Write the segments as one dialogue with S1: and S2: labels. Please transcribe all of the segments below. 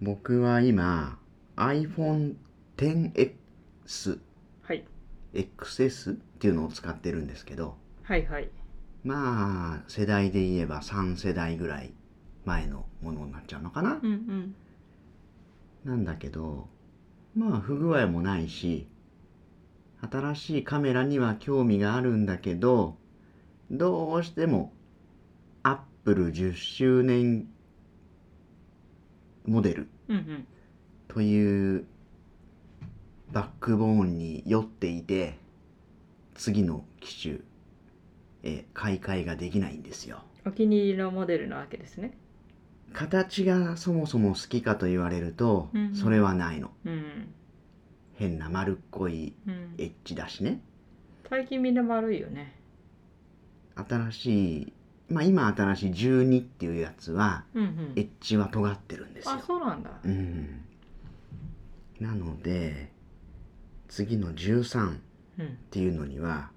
S1: 僕は今 iPhone10X
S2: はい。
S1: XS っていうのを使ってるんですけど
S2: はいはい。
S1: まあ世代で言えば3世代ぐらい前のものになっちゃうのかな
S2: うんうん。
S1: なんだけどまあ不具合もないし新しいカメラには興味があるんだけどどうしても Apple10 周年モデル
S2: うんうん。
S1: というバックボーンに酔っていて次の機種え買い替えができないんですよ
S2: お気に入りのモデルなわけですね。
S1: 形がそもそも好きかと言われると、
S2: うん
S1: それはないの
S2: うん。
S1: 変な丸っこい
S2: うん
S1: エ、ッジだしね
S2: 最近みんな丸いよね。
S1: 新しいまあ今新しい12っていうやつは
S2: うんう
S1: エ
S2: ん。
S1: ッジは尖ってるんですよ
S2: あ、そうなんだ。
S1: うんなので次の13っ
S2: うん。
S1: ていうのには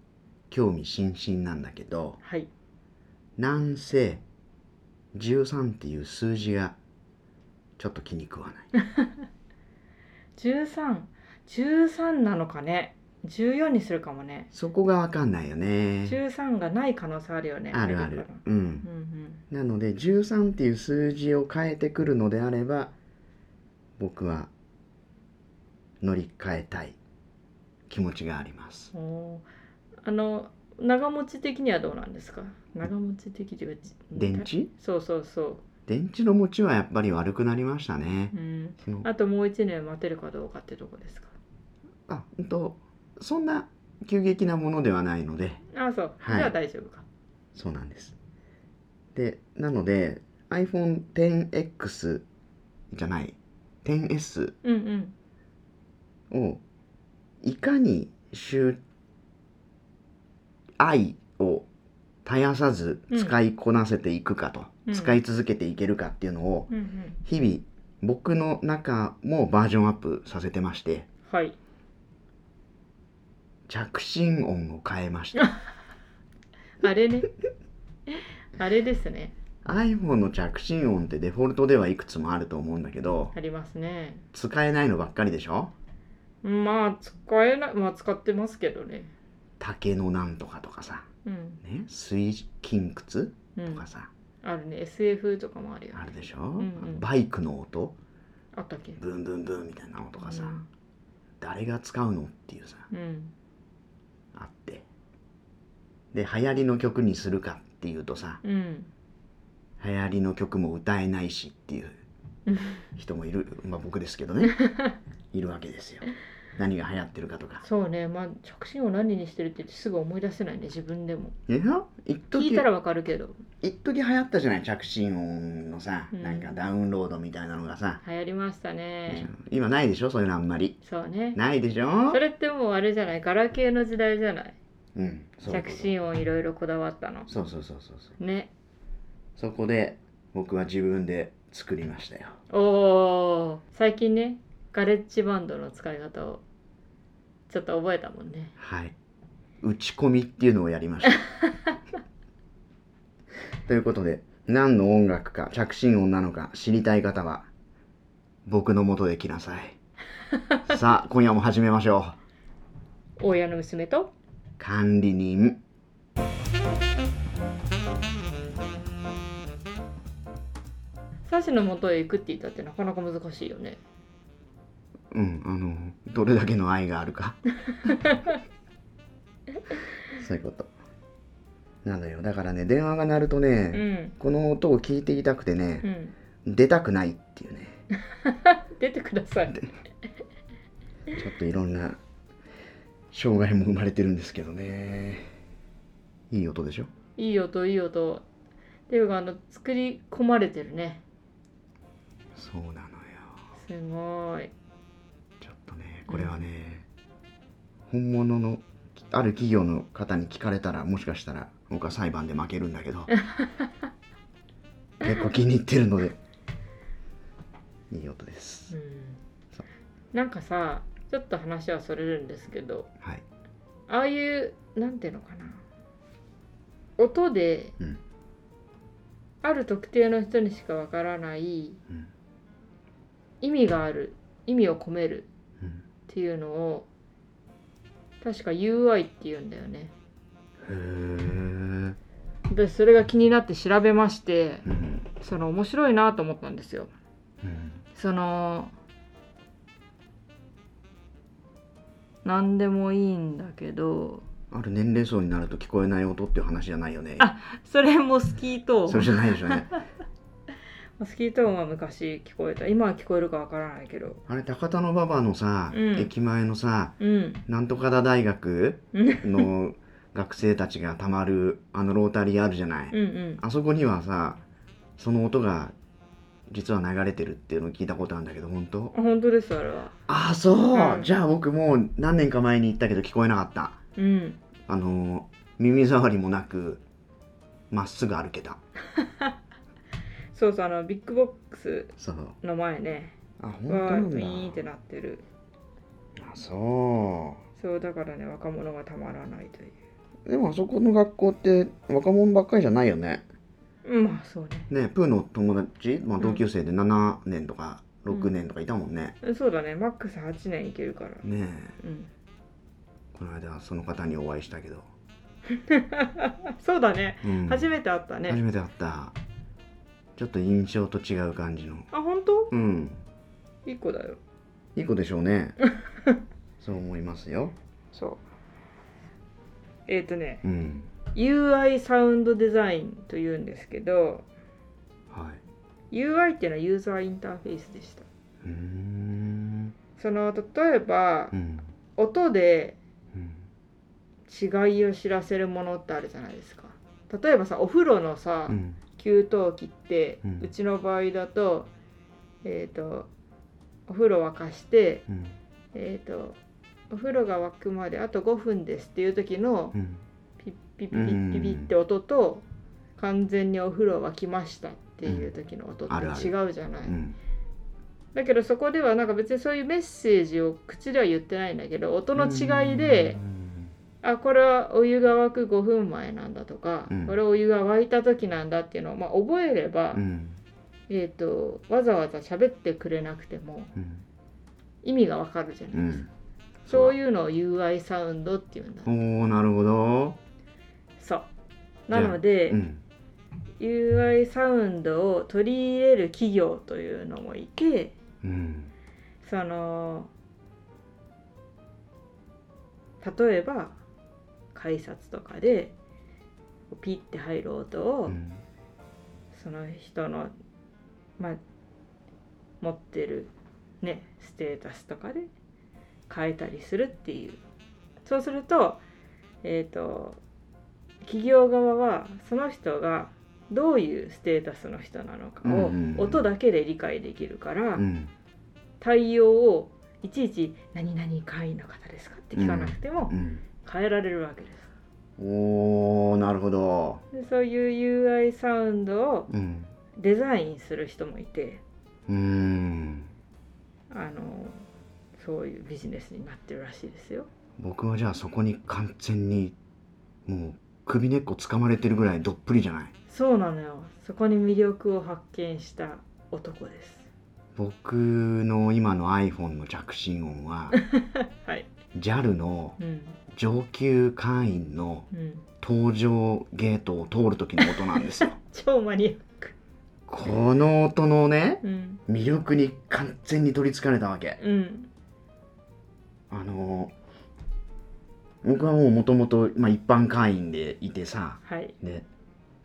S1: 興味津々なんだけど
S2: はい。
S1: なんせ13っていう数字がちょっと気に食わない
S2: 十三。十三なのかね。十四にするかもね。
S1: そこがわかんないよね
S2: 十三がない可能性あるよね。
S1: あるある
S2: だから
S1: う
S2: うんんうん。
S1: なので13っていう数字を変えてくるのであれば僕は乗り換えたい気持ちがあります
S2: おーあの長持ち的にはどうなんですか長持ち的というかじ
S1: 電池
S2: そうそうそ
S1: 電池の持ちはやっぱり悪くなりましたね
S2: う、うん、
S1: その
S2: あともう1年待てるかどうかってとこですか
S1: あうんとそんな急激なものではないので
S2: あそう、
S1: はい
S2: じゃあ大丈夫か
S1: そうなんです。で、なので iPhone XS じゃない、10S
S2: うんうん
S1: をいかに集愛を絶やさず
S2: うん
S1: 使いこなせていくかと、
S2: うん
S1: 使い続けていけるかっていうのを
S2: うんうん
S1: 日々僕の中もバージョンアップさせてまして
S2: はい
S1: 着信音を変えました
S2: あれねあれですね
S1: iPhone の着信音ってデフォルトではいくつもあると思うんだけど
S2: ありますね
S1: 使えないのばっかりでしょ
S2: まあ使えないまあ使ってますけどね
S1: 竹のなんとかとかさ、
S2: うん
S1: ね、水金窟
S2: う
S1: と
S2: ん
S1: かさ、
S2: あるね SF とかもあるよ
S1: あるでしょ、
S2: んうん
S1: バイクの音
S2: あったっけ
S1: ブンブンブンみたいな音がさ、
S2: うん
S1: 誰が使うのっていうさ
S2: うん
S1: あってで流行りの曲にするかっていうとさ
S2: うん
S1: 流行りの曲も歌えないしっていう人もいる、まあ、僕ですけど ねいるわけですよ何が流行ってるかとか
S2: そうねまあ着信を何にしてるって言ってすぐ思い出せないね自分でも
S1: でしょ一
S2: 聞い
S1: 時
S2: たらわかるけど
S1: 一時流行ったじゃない着信音のさ、
S2: うん
S1: なんかダウンロードみたいなのがさ、
S2: 流行りましたね
S1: 今ないでしょそういうのあんまり
S2: そうね
S1: ないでしょ
S2: それってもうあれじゃないガラケーの時代じゃない
S1: うんそう
S2: 着信音いろいろこだわったの
S1: そうそうそうそうそう
S2: ね
S1: そこで僕は自分で作りましたよ
S2: おお最近ねガレッジバンドの使い方をちょっと覚えたもんね
S1: はい打ち込みっていうのをやりました ということで何の音楽か着信音なのか知りたい方は僕の元へ来なさ いさあ今夜も始めましょう
S2: 大家の娘と
S1: 管理人
S2: サシの元へ行くって言ったってなかなか難しいよね
S1: うんあのどれだけの愛がある かそういうことなのよだからね電話が鳴るとね、
S2: うん
S1: この音を聞いていたくて
S2: う
S1: ね、
S2: ん
S1: 出たくないっていうね
S2: 出てください
S1: ちょっといろんな障害も生まれてるんですけどねいい音でしょ
S2: いい音いい音っていうかあの作り込まれてるね
S1: そうなのよ
S2: すごい
S1: ちょっとねこれはね、本物のある企業の方に聞かれたらもしかしたら僕は裁判で負けるんだ けど結構気に入ってるのでいい音です、
S2: うん
S1: そう
S2: なんかさちょっと話はそれるんですけど
S1: はい
S2: ああいうなんていうのかな音で、
S1: うん
S2: ある特定の人にしかわからない
S1: うん
S2: 意味がある意味を込める
S1: うん
S2: っていうのを確か UI って言うんだよね
S1: へー
S2: でそれが気になって調べまして
S1: うん
S2: その面白いなと思ったんですよ
S1: うん
S2: その何でもいいんだけど
S1: ある年齢層になると聞こえない音っていう話じゃないよね
S2: あそれもスキート
S1: それじゃないでしょうね
S2: スキートーンは昔聞こえた今は聞こえるかわからないけど
S1: あれ高田馬場のさ、
S2: うん
S1: 駅前のさ
S2: うん
S1: なんとかだ大学
S2: うん
S1: の学生たちがたまるあのロータリーあるじゃない、
S2: うんうん
S1: あそこにはさその音が実は流れてるっていうのを聞いたことあるんだけど本当
S2: 本当ですあれは
S1: あそう、
S2: うん
S1: じゃあ僕もう何年か前に行ったけど聞こえなかった
S2: うん
S1: あの耳障りもなくまっすぐ歩けた
S2: そうそうあのビッグボックス
S1: そう
S2: の前ね
S1: あ本当
S2: は
S1: な
S2: ウ
S1: ん
S2: ィ
S1: だ
S2: ーンってなってる
S1: あそ
S2: そうだからね若者がたまらないという
S1: うでもあそこの学校って若者ばっかりじゃないよね
S2: うんまあそうね
S1: ねプーの友達、まあ、
S2: うん
S1: 同級生で7年とか
S2: うん
S1: 6年とかいたもんね、
S2: うんそうだねマックス8年いけるから
S1: ね
S2: うん
S1: えこの間その方にお会いしたけど、
S2: そうだね
S1: うん
S2: 初めて会った
S1: 初
S2: ね
S1: めて会ったちょっと印象と違う感じの
S2: あ本当
S1: うん
S2: 一個だよ
S1: いい子でしょう ねそう思いますよ
S2: そうえっ、とね
S1: うん
S2: UI サウンドデザインというんですけど
S1: はい
S2: UI っていうのはユーザーインターフェースでした
S1: うーん
S2: その例えば
S1: うん
S2: 音で
S1: うん
S2: 違いを知らせるものってあるじゃないですか例えばさお風呂のさ、
S1: うん
S2: 給湯器って、
S1: う
S2: うんちの場合だとえっ、とお風呂沸かして
S1: うん
S2: えっ、とお風呂が沸くまであと5分ですっていう時の
S1: うん
S2: ピッピッピッピッピッって音と完全にお風呂沸きましたっていう時の音って
S1: あるある
S2: 違うじゃない、
S1: うん
S2: だけどそこではなんか別にそういうメッセージを口では言ってないんだけど音の違いで、あこれはお湯が沸く5分前なんだとか、
S1: うん
S2: これお湯が沸いた時なんだっていうのを、まあ、覚えれば、
S1: うん
S2: えー、とわざわざ喋ってくれなくても
S1: うん
S2: 意味がわかるじゃな
S1: う
S2: いですか、
S1: ん
S2: そういうのを UI サウンドっていうんだ、
S1: おーなるほど
S2: そうなので、
S1: うん
S2: UI サウンドを取り入れる企業というのもいて
S1: うん
S2: その例えば改札とかでピッて入る音を、
S1: うん
S2: その人の、まあ、持ってる、ね、ステータスとかで変えたりするっていうそうすると,、えー、と企業側はその人がどういうステータスの人なのか
S1: うん
S2: を
S1: うんうん
S2: 音だけで理解できるから、
S1: うん
S2: 対応をいちいち「何々会員の方ですか?」って聞かなくても
S1: うん
S2: 変えられるわけです。
S1: おーなるほど
S2: でそういう UI サウンドを
S1: うん
S2: デザインする人もいて。
S1: うん
S2: あのそういうビジネスになってるらしいですよ。
S1: 僕はじゃあそこに完全にもう首根っこ掴まれてるぐらいどっぷりじゃない
S2: そうなのよ。そこに魅力を発見した男です。
S1: 僕の今の iPhone の着信音 は
S2: はい。
S1: JAL の
S2: うん
S1: 上級会員の
S2: うん。
S1: 搭乗ゲートを通る時の音なんですよ
S2: 超マニアック。
S1: この音のね
S2: うん
S1: 魅力に完全に取りつかれたわけ
S2: うん
S1: あの僕はもうもともとまあ一般会員でいてさ
S2: はい。
S1: で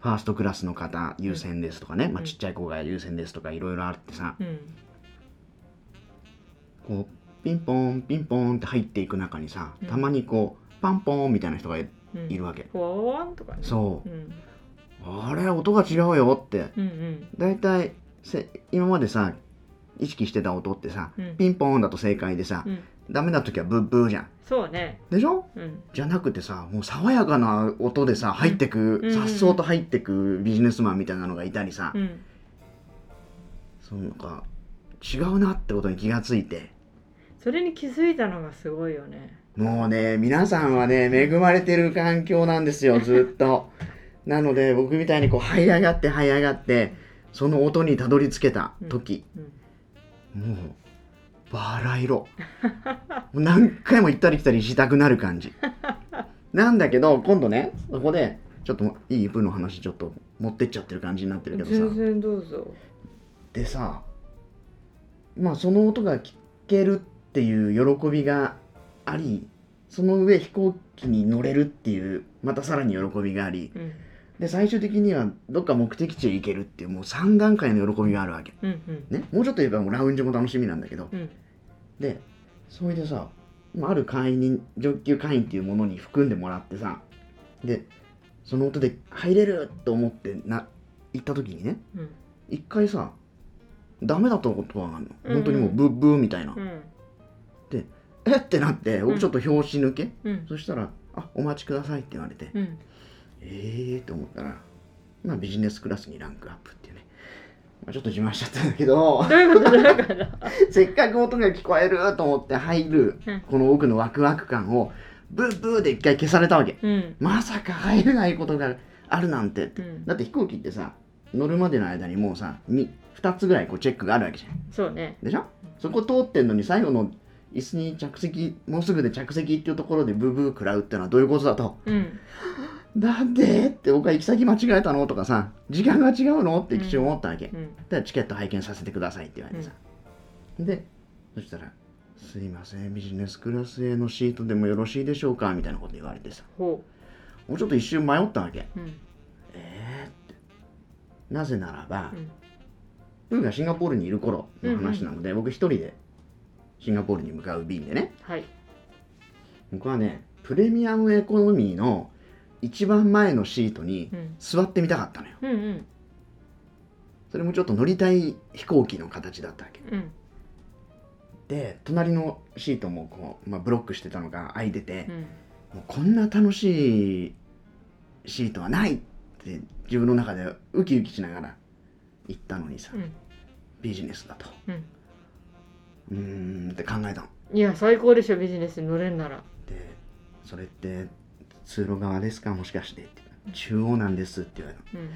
S1: ファーストクラスの方優先ですとかね、まあ、
S2: うん
S1: ちっちゃい子が優先ですとかいろいろあってさ
S2: うん
S1: こうピンポンピンポンって入っていく中にさ
S2: うん
S1: たまにこうパンポンみたいな人がい
S2: うん。
S1: いるわけ、
S2: ふわわんとかね。
S1: そううんあれ音が違うよって
S2: うんうん
S1: だいたいせ今までさ意識してた音ってさ
S2: うん
S1: ピンポンだと正解でさ、
S2: うん。
S1: ダメな時はブッブーじゃん
S2: そうね。
S1: でしょ
S2: うん
S1: じゃなくてさもう爽やかな音でさ入ってく
S2: うん
S1: 颯爽と入ってくビジネスマンみたいなのがいたりさ、
S2: うん。
S1: そのなんか違うなってことに気がついて
S2: それに気づいたのがすごいよね。
S1: もうね皆さんはね恵まれてる環境なんですよずっとなので僕みたいにこう這い上がって這い上がってその音にたどり着けた時、
S2: うん
S1: もうバラ色もう何回も行ったり来たりしたくなる感じなんだけど今度ねそこでちょっともいい部の話ちょっと持ってっちゃってる感じになってるけどさ
S2: 全然どうぞ
S1: でさまあその音が聞けるっていう喜びがありその上飛行機に乗れるっていうまたさらに喜びがあり
S2: うん
S1: で最終的にはどっか目的地へ行けるっていうもう3段階の喜びがあるわけ、
S2: うんうん
S1: ね、もうちょっと言えばもうラウンジも楽しみなんだけど
S2: うん
S1: でそれでさまあある会員に上級会員っていうものに含んでもらってさでその音で入れると思ってな行った時にね
S2: うん
S1: 一回さダメだったことがある
S2: うん
S1: の本当にもうブッブーみたいな、
S2: うん
S1: えってなって
S2: う
S1: 僕
S2: ん
S1: ちょっと拍子抜け、
S2: うん
S1: そしたら「あお待ちください」って言われて、
S2: うん
S1: えーって思ったらまあビジネスクラスにランクアップっていうね、まあ、ちょっと自慢しちゃったんだけ ど
S2: どういうことどういうこと
S1: せっかく音が聞こえると思って入る
S2: うん
S1: この奥のワクワク感をブーブーで一回消されたわけ
S2: うん
S1: まさか入れないことがあるなんてって
S2: うん
S1: だって飛行機ってさ乗るまでの間にもうさ 2, つぐらいこうチェックがあるわけじゃん
S2: そうね
S1: でしょそこ通ってんのに最後の椅子に着席もうすぐで着席っていうところでブーブー食らうってのはどういうことだと
S2: うん
S1: なんでって僕は行き先間違えたのとかさ時間が違うのって一瞬思ったわけ、
S2: うん
S1: でチケット拝見させてくださいって言われてさ、でそしたら「すいませんビジネスクラスへのシートでもよろしいでしょうか」みたいなこと言われてさ
S2: ほ
S1: もうちょっと一瞬迷ったわけ
S2: ううん
S1: えーってなぜならば、
S2: うん
S1: 僕がシンガポールにいる頃の話なので、僕一人でシンガポールに向かう便でね
S2: はい
S1: 僕はねプレミアムエコノミーの一番前のシートに
S2: うん
S1: 座ってみたかったのよ
S2: うんうん
S1: それもちょっと乗りたい飛行機の形だったわけ
S2: うん
S1: で隣のシートもこう、まあ、ブロックしてたのが空いてて
S2: う、ん
S1: もうこんな楽しいシートはないって自分の中でウキウキしながら行ったのにさ、
S2: うん
S1: ビジネスだと
S2: うん
S1: うーんって考えたの
S2: いや最高でしょビジネスに乗れんなら
S1: でそれって通路側ですかもしかしてって中央なんですって言われたの
S2: うん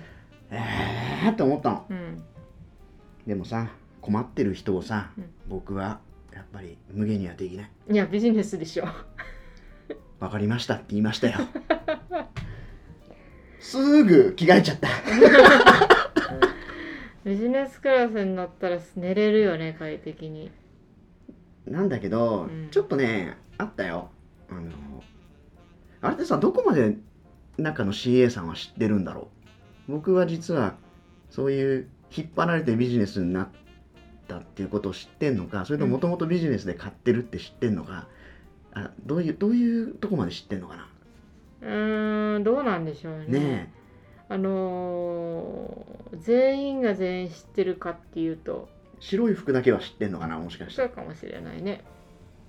S1: ええー、って思ったの
S2: うん
S1: でもさ困ってる人をさ、
S2: うん
S1: 僕はやっぱり無限にはできない
S2: いやビジネスでしょ
S1: わかりましたって言いましたよすぐ着替えちゃった
S2: ビジネスクラスに乗ったら寝れるよね快適に
S1: なんだけど、
S2: うん
S1: ちょっとねあったよあのあれってさどこまで中の CA さんは知ってるんだろう僕は実はそういう引っ張られてビジネスになったっていうことを知ってんのかそれともともとビジネスで買ってるって知ってんのか、あどういうどういうとこまで知ってんのかな
S2: うーんどうなんでしょうね
S1: ね
S2: あのー全員が全員知ってるかっていうと
S1: え白い服だけは知ってんのかなもしかして
S2: そうかもしれないね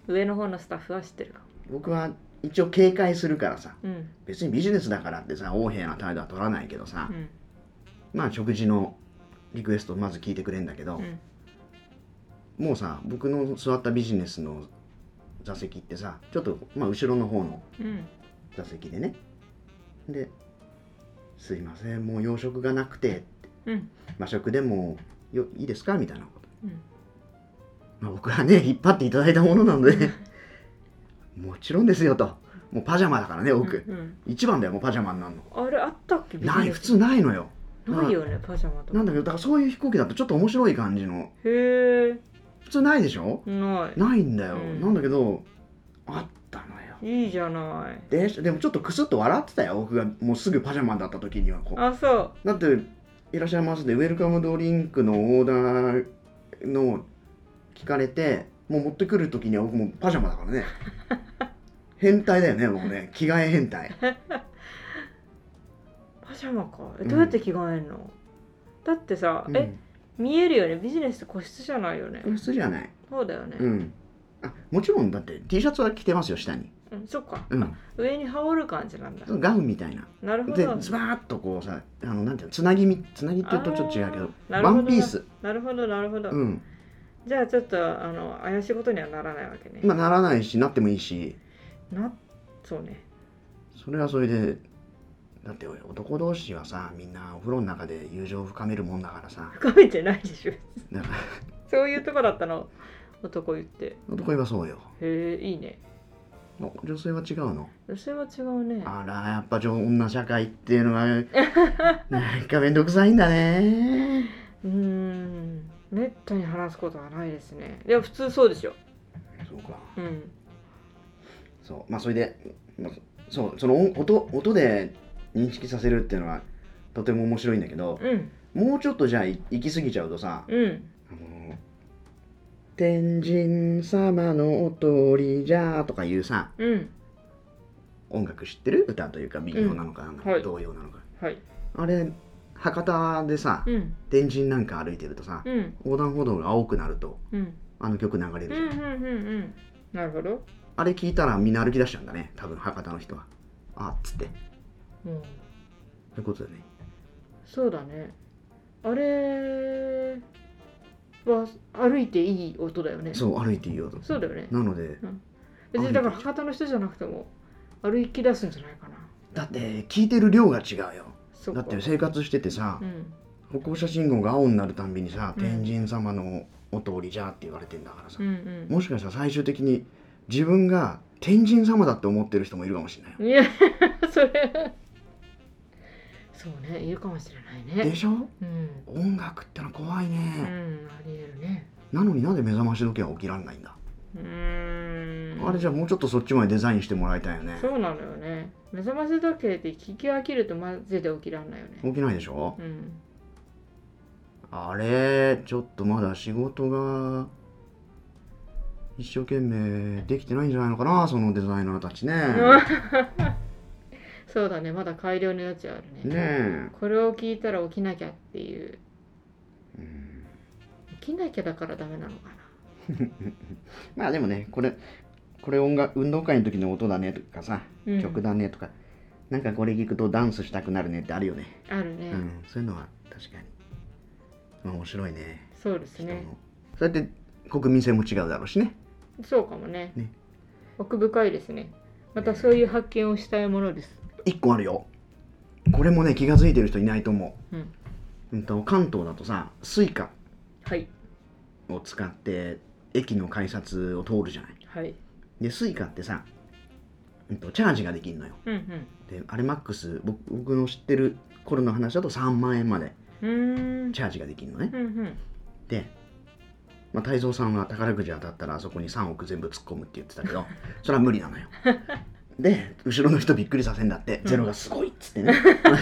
S2: 上の方のスタッフは知ってるかも
S1: 僕は一応警戒するからさ
S2: うん
S1: 別にビジネスだからってさ横柄な態度は取らないけどさ、
S2: うん
S1: まあ食事のリクエストをまず聞いてくれんだけど
S2: う、ん
S1: もうさ僕の座ったビジネスの座席ってさちょっと、まあ、後ろの方の
S2: うん
S1: 座席でねで「すいませんもう洋食がなくて
S2: うん
S1: 和食でもよいいですか?」みたいなこと、
S2: うん
S1: まあ、僕はね引っ張っていただいたものなのでもちろんですよともうパジャマだからね僕、
S2: うんうん
S1: 一番だよもうパジャマになるの
S2: あれあったっけビジ
S1: ない
S2: ネ
S1: 普
S2: ス
S1: 通ないのよ
S2: ないよねパジャマと
S1: な
S2: か
S1: んだけどだからそういう飛行機だとちょっと面白い感じの
S2: へえ
S1: 普通ないでしょ
S2: な
S1: ないんだよ、
S2: うん
S1: なんだけどあったのよ
S2: いいいじゃない
S1: ででもちょっとクスッと笑ってたよ僕がもうすぐパジャマだった時にはこう
S2: あそ
S1: だって「いらっしゃいます」でウェルカムドリンクのオーダーの聞かれてもう持ってくる時には僕もうパジャマだ からね変態だよねもうね着替え変 態
S2: うパジャマかえ
S1: うん
S2: どうやって着替えるの、だってさ、
S1: うん
S2: え見えるよねビジネスって個室じゃないよね、
S1: これ普通じゃない
S2: そうだよね、
S1: うんあもちろんだって T シャツは着てますよ下に
S2: うんそっか、
S1: うん
S2: 上に羽織る感じなんだ
S1: ガウンみたいな
S2: なるほ
S1: で
S2: ど
S1: ズバーッとこうさあのなんていうのつなぎみつなぎって言うとちょっと違うけど
S2: あーなる
S1: ワ
S2: ほど
S1: ンピース
S2: なるほどなるほど、
S1: うん
S2: じゃあちょっとあの怪しいことにはならないわけね、
S1: まあならないしなってもいいし
S2: なそうね
S1: それはそれでだって男同士はさみんなお風呂の中で友情を深めるもんだからさ
S2: 深めてないでしょ
S1: だから
S2: そういうとこだったの男言って
S1: 男はそうよ
S2: へえいいね
S1: お女性は違うの
S2: 女性は違うね
S1: あらやっぱ女女社会っていうの はなんかめんどくさいんだね
S2: うーんめったに話すことはないですねいや普通そうですよ
S1: そうか
S2: うん
S1: そうまあそれで、まあそうその音音音で認識させるっていうのはとても面白いんだけど
S2: うん
S1: もうちょっとじゃあい行き過ぎちゃうとさ
S2: うん
S1: 「あの天神様のお通りじゃ」とかいうさ
S2: うん
S1: 音楽知ってる歌というか民謡なのかなんだか、
S2: うんはい
S1: 童謡なのか
S2: はい
S1: あれ博多でさ
S2: うん
S1: 天神なんか歩いてるとさ
S2: うん
S1: 横断歩道が青くなると
S2: うん
S1: あの曲流れる
S2: うんう
S1: じゃん、
S2: んうんうんなるほど
S1: あれ聞いたらみんな歩き出しちゃうんだね多分博多の人はあっつってそ
S2: うん
S1: ういうことだね
S2: そうだねあれは歩いていい音だよね
S1: そう歩いていいよと
S2: そうだよね
S1: なので
S2: 別にだから博多の人じゃなくても歩き出すんじゃないかな
S1: だって聞いてる量が違うよ
S2: そっ
S1: だ
S2: か
S1: って生活しててさ
S2: うん
S1: 歩行者信号が青になるたんびにさ「
S2: うん
S1: 天神様のお通りじゃ」って言われてんだからさ
S2: うんうん
S1: もしかしたら最終的に自分が天神様だって思ってる人もいるかもしれないよ
S2: いやそれそうねいるかもしれない
S1: で
S2: ね
S1: しょ
S2: うん
S1: 音楽ってのは怖いうね、
S2: んありえるね
S1: なのになんで目覚まし時計は起きらんないんだ、
S2: うーん
S1: あれじゃあもうちょっとそっちまでデザインしてもらいたいよね
S2: そうなのよね目覚まし時計って聞き飽きるとマジで起きらんないよね
S1: 起きないでしょ
S2: うん
S1: あれちょっとまだ仕事が一生懸命できてないんじゃないのかなそのデザイナーたちね
S2: そうだねまだ改良の余地あるね
S1: ねえ、
S2: これを聞いたら起きなきゃっていう
S1: うん
S2: 起きなきゃだからダメなのか
S1: まあでもねこれこれ音楽運動会の時の音だねとかさ、
S2: な、うん、
S1: 曲だねとかなんかこれ聞くとダンスしたくなるねってあるよね、
S2: あるね、
S1: うん、そういうのは確かに、まあ、面白いね
S2: そうです
S1: 人の
S2: ね
S1: そうやって国民性も違うだろうしね
S2: そうかもね
S1: ね
S2: 奥深いですねまたそういう発見をしたいものです、
S1: 一個あるよこれもね気が付いてる人いないと思
S2: うん、
S1: う、うん、と関東だとさスイカ
S2: はい
S1: を使って駅の改札を通るじゃない
S2: はい
S1: でスイカってさ、うん、とチャージができるのよ
S2: うん
S1: であれマックス僕僕の知ってる頃の話だと3万円まで
S2: うんうーん
S1: チャージができるのね
S2: うんうん
S1: で、まあ、太蔵さんは宝くじ当たったらあそこに3億全部突っ込むって言ってたけど それは無理なのよで後ろの人びっくりさせんだって、
S2: うん
S1: ゼロがすごいっつってね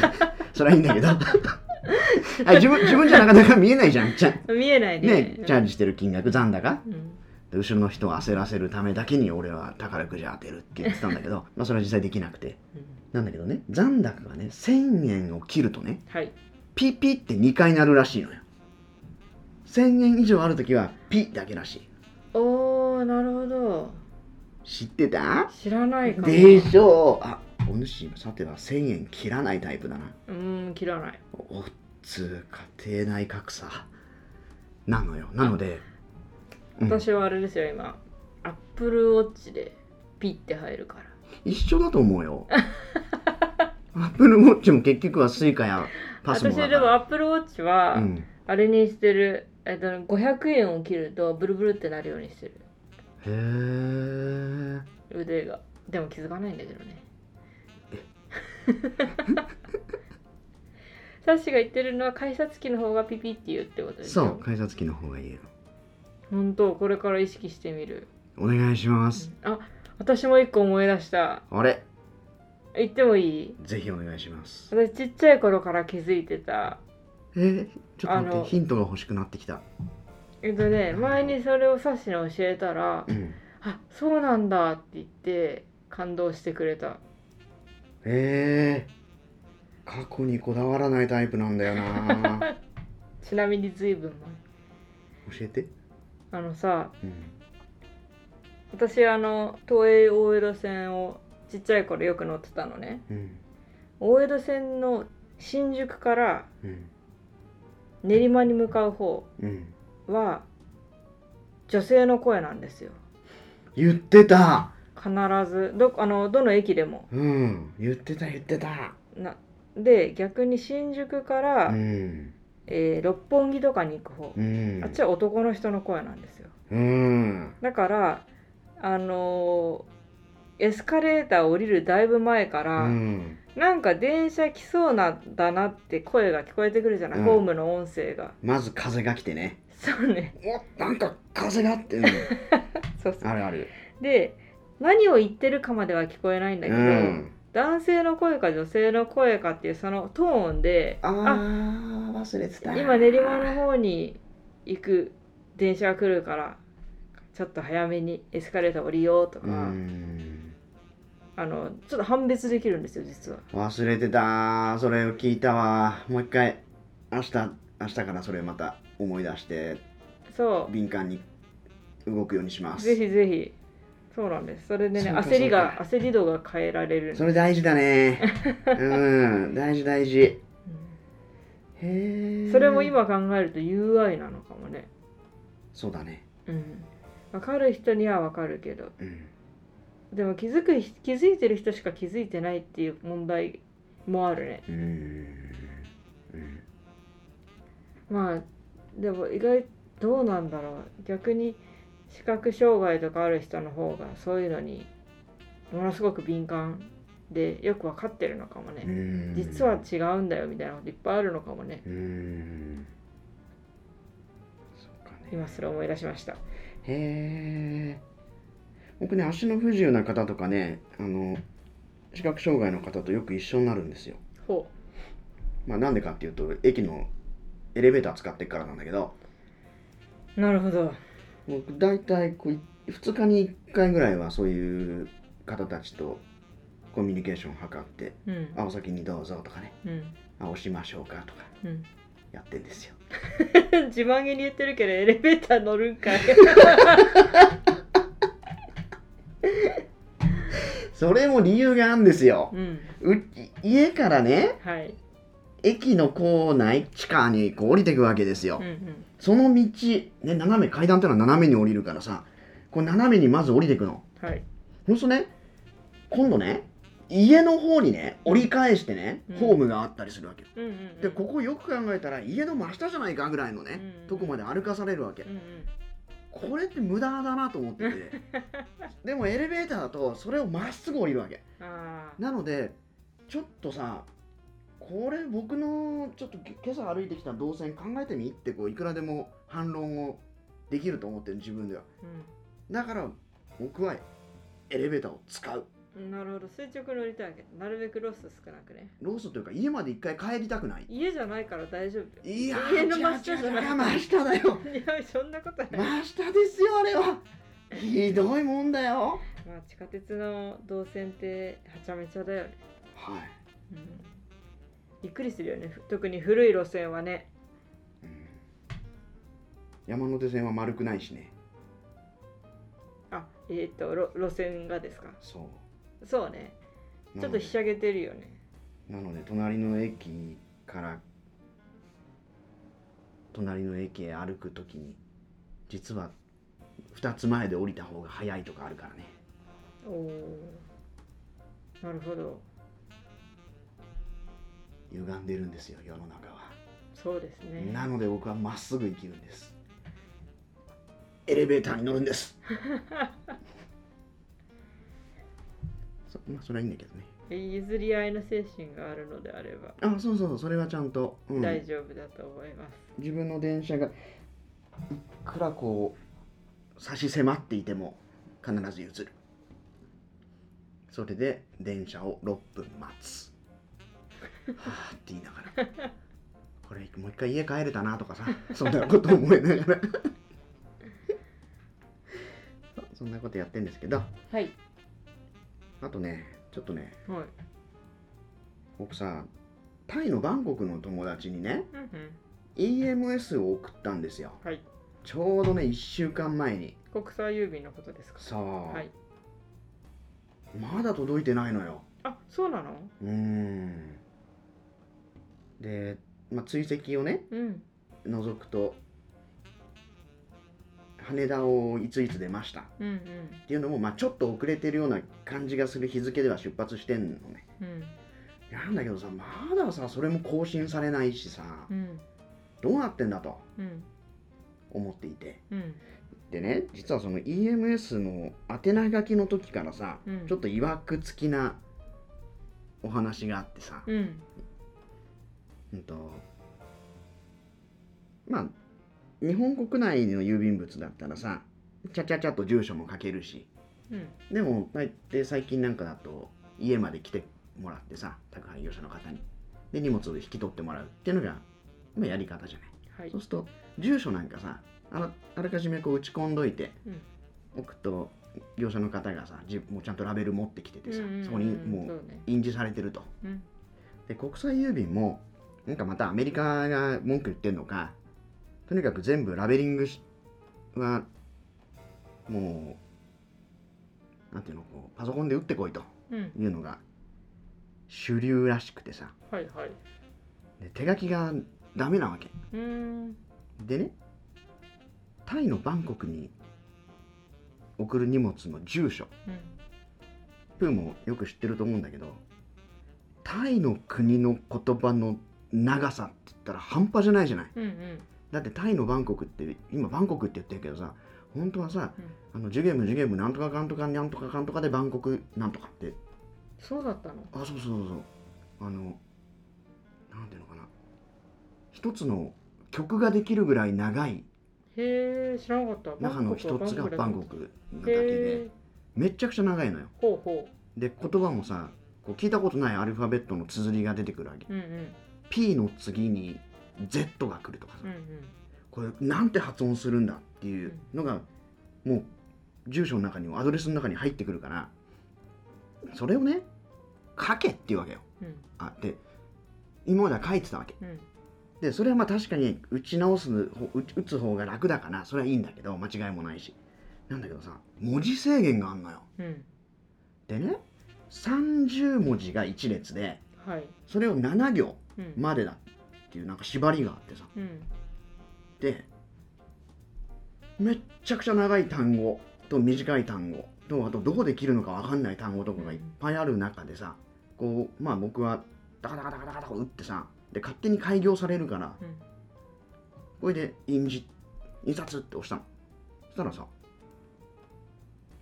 S1: それはいいんだけど あ自分自分じゃなかなか見えないじゃんちゃね
S2: 見えないね
S1: チャージしてる金額残高
S2: うん
S1: で後ろの人を焦らせるためだけに俺は宝くじ当てるって言ってたんだけど まあそれは実際できなくて
S2: うん
S1: なんだけどね残高がね1000円を切るとね
S2: はい
S1: ピピって2回なるらしいのよ1000円以上ある時はピだけらしい
S2: おーなるほど
S1: 知ってた
S2: 知らないかも
S1: でしょうあお主さては1000円切らないタイプだな
S2: うーん切らない
S1: おっつう家庭内格差なのよなので、うん
S2: 私はあれですよ今アップルウォッチでピッて入るから
S1: 一緒だと思う よアップルウォッチも結局はスイカやパスモ
S2: 私
S1: だか
S2: でも
S1: ら
S2: アップルウォッチは、
S1: うん、
S2: あれにしてる、えっと、500円を切るとブルブルってなるようにしてる
S1: へー
S2: 腕がでも気づかないんだけどねサッシが言ってるのは改札機の方がピピって言うってことです
S1: そう
S2: よ
S1: 改札機の方がいいよ
S2: 本当これから意識してみる
S1: お願いします、
S2: あ私も一個思い出した
S1: あれ
S2: 言ってもいい
S1: ぜひお願いします
S2: 私ちっちゃい頃から気づいてた
S1: えー、ちょっと
S2: あ
S1: 待っ
S2: の
S1: てヒントが欲しくなってきた、
S2: えっとね前にそれをサッシに教えたら
S1: うん、
S2: 「あそうなんだ」って言って感動してくれた
S1: えー、過去にこだわらないタイプなんだよな
S2: ちなみに随分
S1: 教えて、
S2: 前あのさ
S1: うん、
S2: 私あの東映大江戸線をちっちゃい頃よく乗ってたのね
S1: うん
S2: 大江戸線の新宿から
S1: うん
S2: 練馬に向かう方
S1: うん
S2: は女性の声なんですよ
S1: 言ってた
S2: 必ずどあのどの駅でも
S1: うん言ってた言ってた
S2: なで逆に新宿から
S1: うん
S2: えー六本木とかに行く方、
S1: うん
S2: あっちは男の人の声なんですよ
S1: うん
S2: だからあのーエスカレーターを降りるだいぶ前か
S1: う
S2: ら、
S1: ん
S2: なんか電車来そうなんだなって声が聞こえてくるじゃない、
S1: うん
S2: ホームの音声が
S1: まず風が来てね
S2: そうね
S1: おなんか風があって、うん
S2: そうそう
S1: あるある
S2: で何を言ってるかまでは聞こえないんだ
S1: う
S2: けど、
S1: ん
S2: 男性の声か女性の声かっていうそのトーンで
S1: あー忘れてた
S2: 今練馬の方に行く電車が来るからちょっと早めにエスカレーター降りようとか、
S1: うん
S2: あのちょっと判別できるんですよ実は
S1: 忘れてたそれを聞いたわもう一回明日明日からそれまた思い出して
S2: そ
S1: 敏感に動くようにしま
S2: う
S1: す
S2: ぜひぜひそうなんですそれでね
S1: そうか
S2: 焦りが
S1: そう
S2: 焦り度が変えられる
S1: それ大事だ ねうん大事大事へ
S2: う
S1: え
S2: んそれも今考えると UI なのかもね
S1: そうだね
S2: うん分かる人には分かるけど
S1: うん
S2: でも気づくひ気づいてる人しか気づいてないっていう問題もあるね
S1: うんうん
S2: まあでも意外どうなんだろう逆に視覚障害とかある人の方がそういうのにものすごく敏感でよく分かってるのかも
S1: う
S2: ね
S1: ん
S2: 実は違うんだよみたいなこといっぱいあるのかもね
S1: うんそっかね
S2: 今それを思い出しました
S1: へえ僕ね足の不自由な方とかねあの視覚障害の方とよく一緒になるんですよ
S2: ほ
S1: まあなんでかっていうと駅のエレベーター使ってっからなんだけど
S2: うなるほど
S1: 僕大体こう2日に1回ぐらいはそういう方たちとコミュニケーションを図って
S2: うん
S1: 「あお先にどうぞ」とかね
S2: うん
S1: 「あ押しましょうか」とか
S2: うん
S1: やってんですよ
S2: 自慢げに言ってるけどエレベーター乗るん かい
S1: それも理由があるんですよ
S2: うん
S1: う家からね
S2: はい
S1: 駅の構内地下にこう降りてくわけですよ、
S2: うんうん
S1: その道、ね、斜め、階段ってのは斜めに降りるからさ、こう斜めにまず降りてくの。
S2: はい
S1: そうするとね、今度ね、家の方にね、折り返してね
S2: うん、
S1: ホームがあったりするわけよ。
S2: うんうんうん
S1: で、ここよく考えたら、家の真下じゃないかぐらいのね、
S2: うん
S1: とこまで歩かされるわけ
S2: う。んうん
S1: これって無駄だなと思って て、でもエレベーターだと、それをまっすぐ降りるわけ。
S2: ああ
S1: なので、ちょっとさ、これ僕のちょっと今朝歩いてきた動線考えてみってこういくらでも反論をできると思ってる自分ではだから僕はエレベーターを使う
S2: うんなるほど垂直に降りたいわけなるべくロス少なくね
S1: ロスというか家まで一回帰りたくない
S2: 家じゃないから大丈夫
S1: いや
S2: 家
S1: ー
S2: の真下じゃない
S1: 違う違う真下だよ
S2: いやそんなことない、
S1: 真下ですよあれはひどいもんだよ
S2: まあ、地下鉄の動線ってはちゃめちゃだよね、
S1: はい
S2: うんびっくりするよねふ特に古い路線はね
S1: うん山手線は丸くないしね
S2: あえっ、とろ路線がですか
S1: そ
S2: そうね
S1: う
S2: ちょっとひしゃげてるよね
S1: なので隣の駅から隣の駅へ歩くときに実は2つ前で降りた方が早いとかあるからね
S2: おおなるほど
S1: 歪んでるんですよ世の中は。
S2: そうですね
S1: なので僕はまっすぐ生きるんですエレベーターに乗るんです そまあそれはいいんだけどね
S2: 譲り合いの精神があるのであれば
S1: あそうそうそれはちゃんと、うん
S2: 大丈夫だと思います、
S1: 自分の電車がいくらこう差し迫っていても必ず譲るそれで電車を6分待つはあって言いながらこれもう一回家帰れたなとかさそんなこと思いながらそうそんなことやってんですけど
S2: はい
S1: あとねちょっとね
S2: はい
S1: 僕さタイのバンコクの友達にね
S2: うんうん
S1: EMS を送ったんですよ
S2: はい
S1: ちょうどね1週間前に
S2: 国際郵便のことですか
S1: さあ、
S2: はい
S1: まだ届いてないのよ
S2: あそうなの
S1: うーんで、まあ、追跡をね
S2: うん
S1: 覗くと羽田をいついつ出ましたっ
S2: うん
S1: ていうのも、まあ、ちょっと遅れてるような感じがする日付では出発してんのね
S2: うんうん
S1: なんだけどさまださそれも更新されないしさ
S2: うん
S1: どうなってんだと
S2: うん
S1: 思っていて
S2: うん
S1: でね実はその EMS の宛名書きの時からさ、
S2: うん
S1: ちょっといわくつきなお話があってさ、
S2: うん
S1: うんとまあ日本国内の郵便物だったらさちゃちゃちゃっと住所も書けるし
S2: うん
S1: でも大抵最近なんかだと家まで来てもらってさ宅配業者の方にで荷物を引き取ってもらうっていうのが、まあ、やり方じゃない
S2: はい
S1: そうすると住所なんかさあらあらかじめこう打ち込んどいて
S2: うん
S1: おくと業者の方がさじもうちゃんとラベル持ってきててさ、
S2: うんうんうん
S1: そこにも
S2: そううね
S1: 印字されてると
S2: うん
S1: で国際郵便もなんかまたアメリカが文句言ってんのかとにかく全部ラベリングしはもうなんていうのこうパソコンで打ってこいと
S2: うん
S1: いうのが主流らしくてさ
S2: はいはい
S1: で手書きがダメなわけ
S2: うーん
S1: でねタイのバンコクに送る荷物の住所
S2: うん
S1: プーもよく知ってると思うんだけどタイの国の言葉の長さって言ったら半端じゃないじゃない
S2: うんうん
S1: だってタイのバンコクって今バンコクって言ってるけどさ本当はさ、
S2: う
S1: あ
S2: ん
S1: のジュゲムジュゲムなんとかかんとかなんとかかんとかでバンコクなんとかって
S2: そうだったの
S1: あそうそうそうそうあのなんていうのかな一つの曲ができるぐらい長い
S2: へえ知らなかった
S1: 中の一つがバンコ
S2: ク
S1: クなだけ
S2: だ
S1: で
S2: けで
S1: めっちゃくちゃ長いのよ
S2: ほうほ
S1: で言葉もさこう聞いたことないアルファベットの綴りが出てくるわけ
S2: ううんうん
S1: P の次に Z が来るとかさ、
S2: うんうん
S1: これなんて発音するんだっていうのがもう住所の中にもアドレスの中に入ってくるからそれをね書けっていうわけよ
S2: うん
S1: あで今までは書いてたわけ
S2: うん
S1: でそれはまあ確かに打ち直すほ打ち打つ方が楽だからそれはいいんだけど間違いもないしなんだけどさ文字制限があんのよ
S2: うん
S1: でね30文字が1列で
S2: はい
S1: それを7行
S2: うん
S1: までだっていうなんか縛りがあってさ
S2: うん
S1: でめっちゃくちゃ長い単語と短い単語とあとどこで切るのかわかんない単語とかがいっぱいある中でさこうまあ僕はダカダカダカダカダカ打ってさで勝手に開業されるから
S2: うん
S1: これで印字印刷って押したのそしたらさ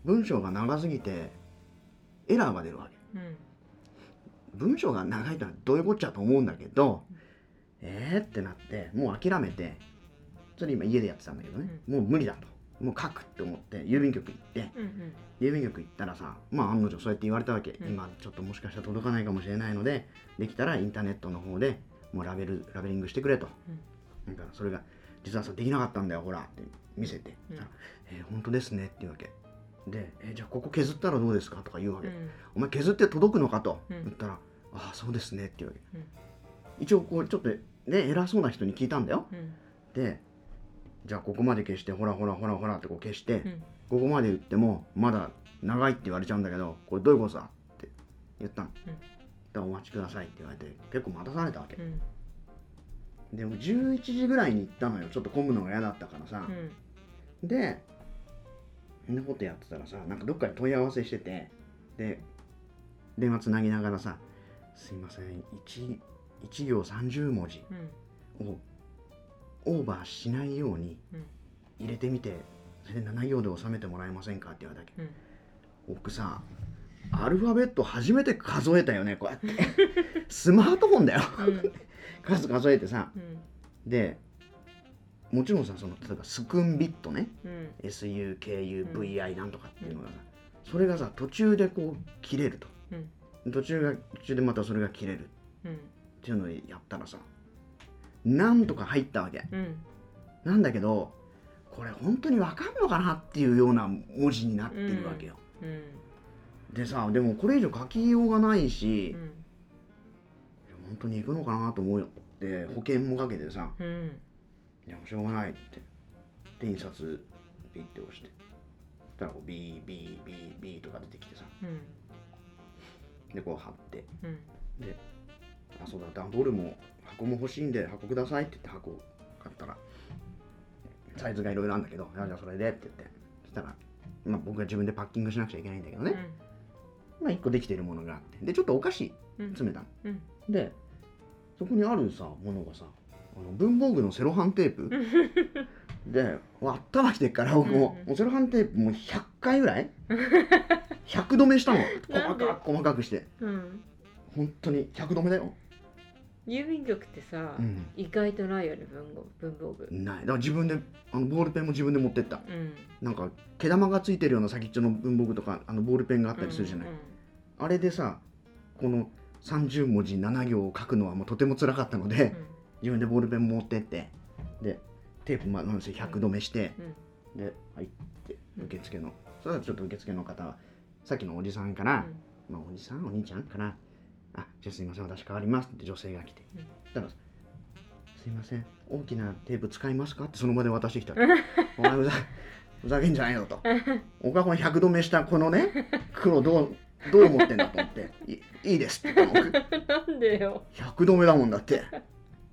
S1: 文章が長すぎてエラーが出るわけ
S2: うん
S1: 文章が長いからどういうこっちゃと思うんだけどえーってなってもう諦めてそれ今家でやってたんだけどね、もう無理だともう書くって思って郵便局行って
S2: うんうん
S1: 郵便局行ったらさまあ案の定そうやって言われたわけ、
S2: うん
S1: 今ちょっともしかしたら届かないかもしれないのでできたらインターネットの方でもうラベルラベリングしてくれと、なんかそれが実はさできなかったんだよほらって見せて、
S2: うん
S1: あえー本当ですねって言うわけで、えーじゃあここ削ったらどうですかとか言うわ
S2: う
S1: け、
S2: ん
S1: お前削って届くのかと
S2: うん
S1: 言ったら、ああそうですねって言うわけ、
S2: うん
S1: 一応こうちょっとね偉そうな人に聞いたんだよ
S2: うん
S1: でじゃあここまで消してほらほらほらほらってこう消して、
S2: うん
S1: ここまで言ってもまだ長いって言われちゃうんだけどこれどういうことだって言ったの、
S2: うん
S1: でお待ちくださいって言われて結構待たされたわけ
S2: う、ん
S1: でも11時ぐらいに行ったのよちょっと混むのが嫌だったからさ
S2: う、ん
S1: でそんなことやってたらさなんかどっかに問い合わせしててで電話つなぎながらさ「すいません 1, 1行30文字
S2: うん
S1: をオーバーしないように
S2: うん
S1: 入れてみてそれで7行で収めてもらえませんか?」って言われたけ
S2: うん
S1: 僕さアルファベット初めて数えたよねこうやって スマートフォンだよ
S2: うん
S1: 数数えてさ
S2: うん
S1: でもちろんさその例えばスクンビットね、
S2: うん
S1: SUKUVI なんとかっていうのがさ、それがさ途中でこう切れると
S2: うん
S1: 途中が途中でまたそれが切れる
S2: うん
S1: っていうのをやったらさなんとか入ったわけ
S2: うん
S1: なんだけどこれ本当にわかんのかなっていうような文字になってるわけよ、
S2: うん
S1: でさでもこれ以上書きようがないし、
S2: うん
S1: 本当に行くのかなと思うよで保険もかけてさ
S2: うん
S1: いやもうしょうがないってで印刷ピッて押してそしたらこうビービービービーとか出てきてさ
S2: うん
S1: でこう貼って
S2: うん
S1: で「あそうだ段ボールも箱も欲しいんで箱ください」って言って箱を買ったらサイズがいろいろあるんだけど「いやじゃあそれで」って言ってそしたら、まあ、僕が自分でパッキングしなくちゃいけないんだけどね、まあ、1個できてるものがあってでちょっとお菓子
S2: うん
S1: 詰めたの
S2: うん
S1: でそこにあるさものがさあの文房具のセロハンテープで割ったわけから僕も,、
S2: うん
S1: もうセロハンテープもう100回ぐら い100止めしたの
S2: な
S1: 細
S2: んで
S1: かく細かくして
S2: うん、
S1: 本当に100止めだよ、
S2: 郵便局ってさ、
S1: うん、
S2: 意外とないよね文房文房具
S1: ないだから自分であのボールペンも自分で持ってった
S2: うん
S1: なんか毛玉がついてるような先っちょの文房具とかあのボールペンがあったりするじゃない、
S2: うんうん
S1: あれでさこの30文字7行を書くのはもうとても辛かったので、 自分でボールペン持ってってでテープまあなんせ100止めして、で入って受付のそれはちょっと受付の方はさっきのおじさんから、まあ、おじさんお兄ちゃんから「あじゃあすいません私変わります」って女性が来て、
S2: うん
S1: だから「すいません大きなテープ使いますか?」ってその場で渡して きた
S2: うん
S1: お前ふざふざけんじゃないよと。僕はこの100度目したこのね、黒どう、どう思ってんだと思って、いいいですって言ったの。
S2: うん なんでよ
S1: 100度目だもんだって。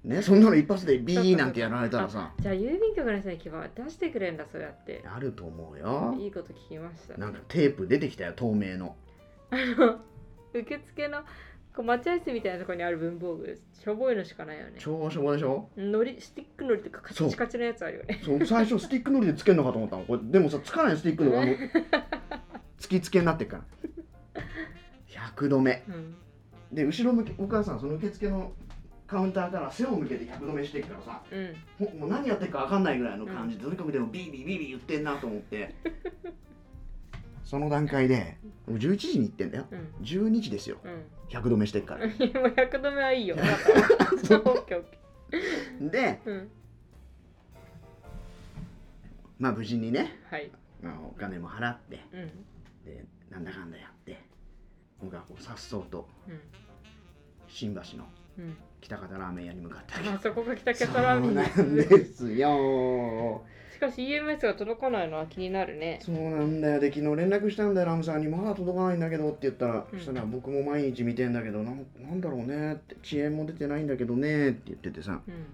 S1: ね、そんなの一発でビーなんてやられたらさ、
S2: じゃあ郵便局の人に希望出してくれんだそうやって
S1: あると思うよ。
S2: いいこと聞きました
S1: なんかテープ出てきたよ、透明の。
S2: あの受付のこう待合室みたいなところにある文房具しょぼいのしかないよね
S1: 超しょぼでしょ
S2: のりスティックのりとかカ
S1: そ
S2: チ
S1: う
S2: カチのやつある よね
S1: そう最初スティックのりでつけるのかと思ったの。これでもさ、つかないスティックのりあの、つきつけになってっから。100度目。
S2: うん
S1: で、後ろ向き、お母さん、その受付のカウンターから背を向けて100度目してきたらさ、
S2: うん
S1: ほもう何やってるか分かんないぐらいの感じで、とにかくでもビービービービー言ってんなと思ってその段階でもう11時に行ってんだよ
S2: うん
S1: 12時ですよ
S2: うん
S1: 100度目してっから
S2: 今 100度 目はいいよ。わかった オッケーオッケ
S1: で
S2: ーうん
S1: まあ無事にね、
S2: はい。
S1: まあ、お金も払って
S2: うん。
S1: でなんだかんだやって僕はこうさっそうと
S2: う
S1: 新橋の
S2: ん。 うん。
S1: 北方ラーメン屋に向かった
S2: まあそこが北キ
S1: そう
S2: ャサラミ
S1: なんですよ
S2: しかし EMS が届かないのは気になるね。
S1: そうなんだよで昨日連絡したんだよラムさんに「まだ届かないんだけど」って言ったら、
S2: うん
S1: そしたら「僕も毎日見てんだけどなんなんだろうね」って「遅延も出てないんだけどね」って言っててさ
S2: うん。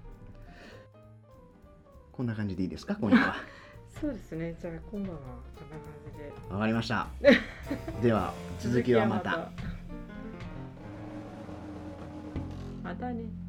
S1: こんな感じでいいですか今夜 は
S2: そうですね。じゃあ今晩はこんな感じで。
S1: わかりま したでは続きはまた。
S2: またね。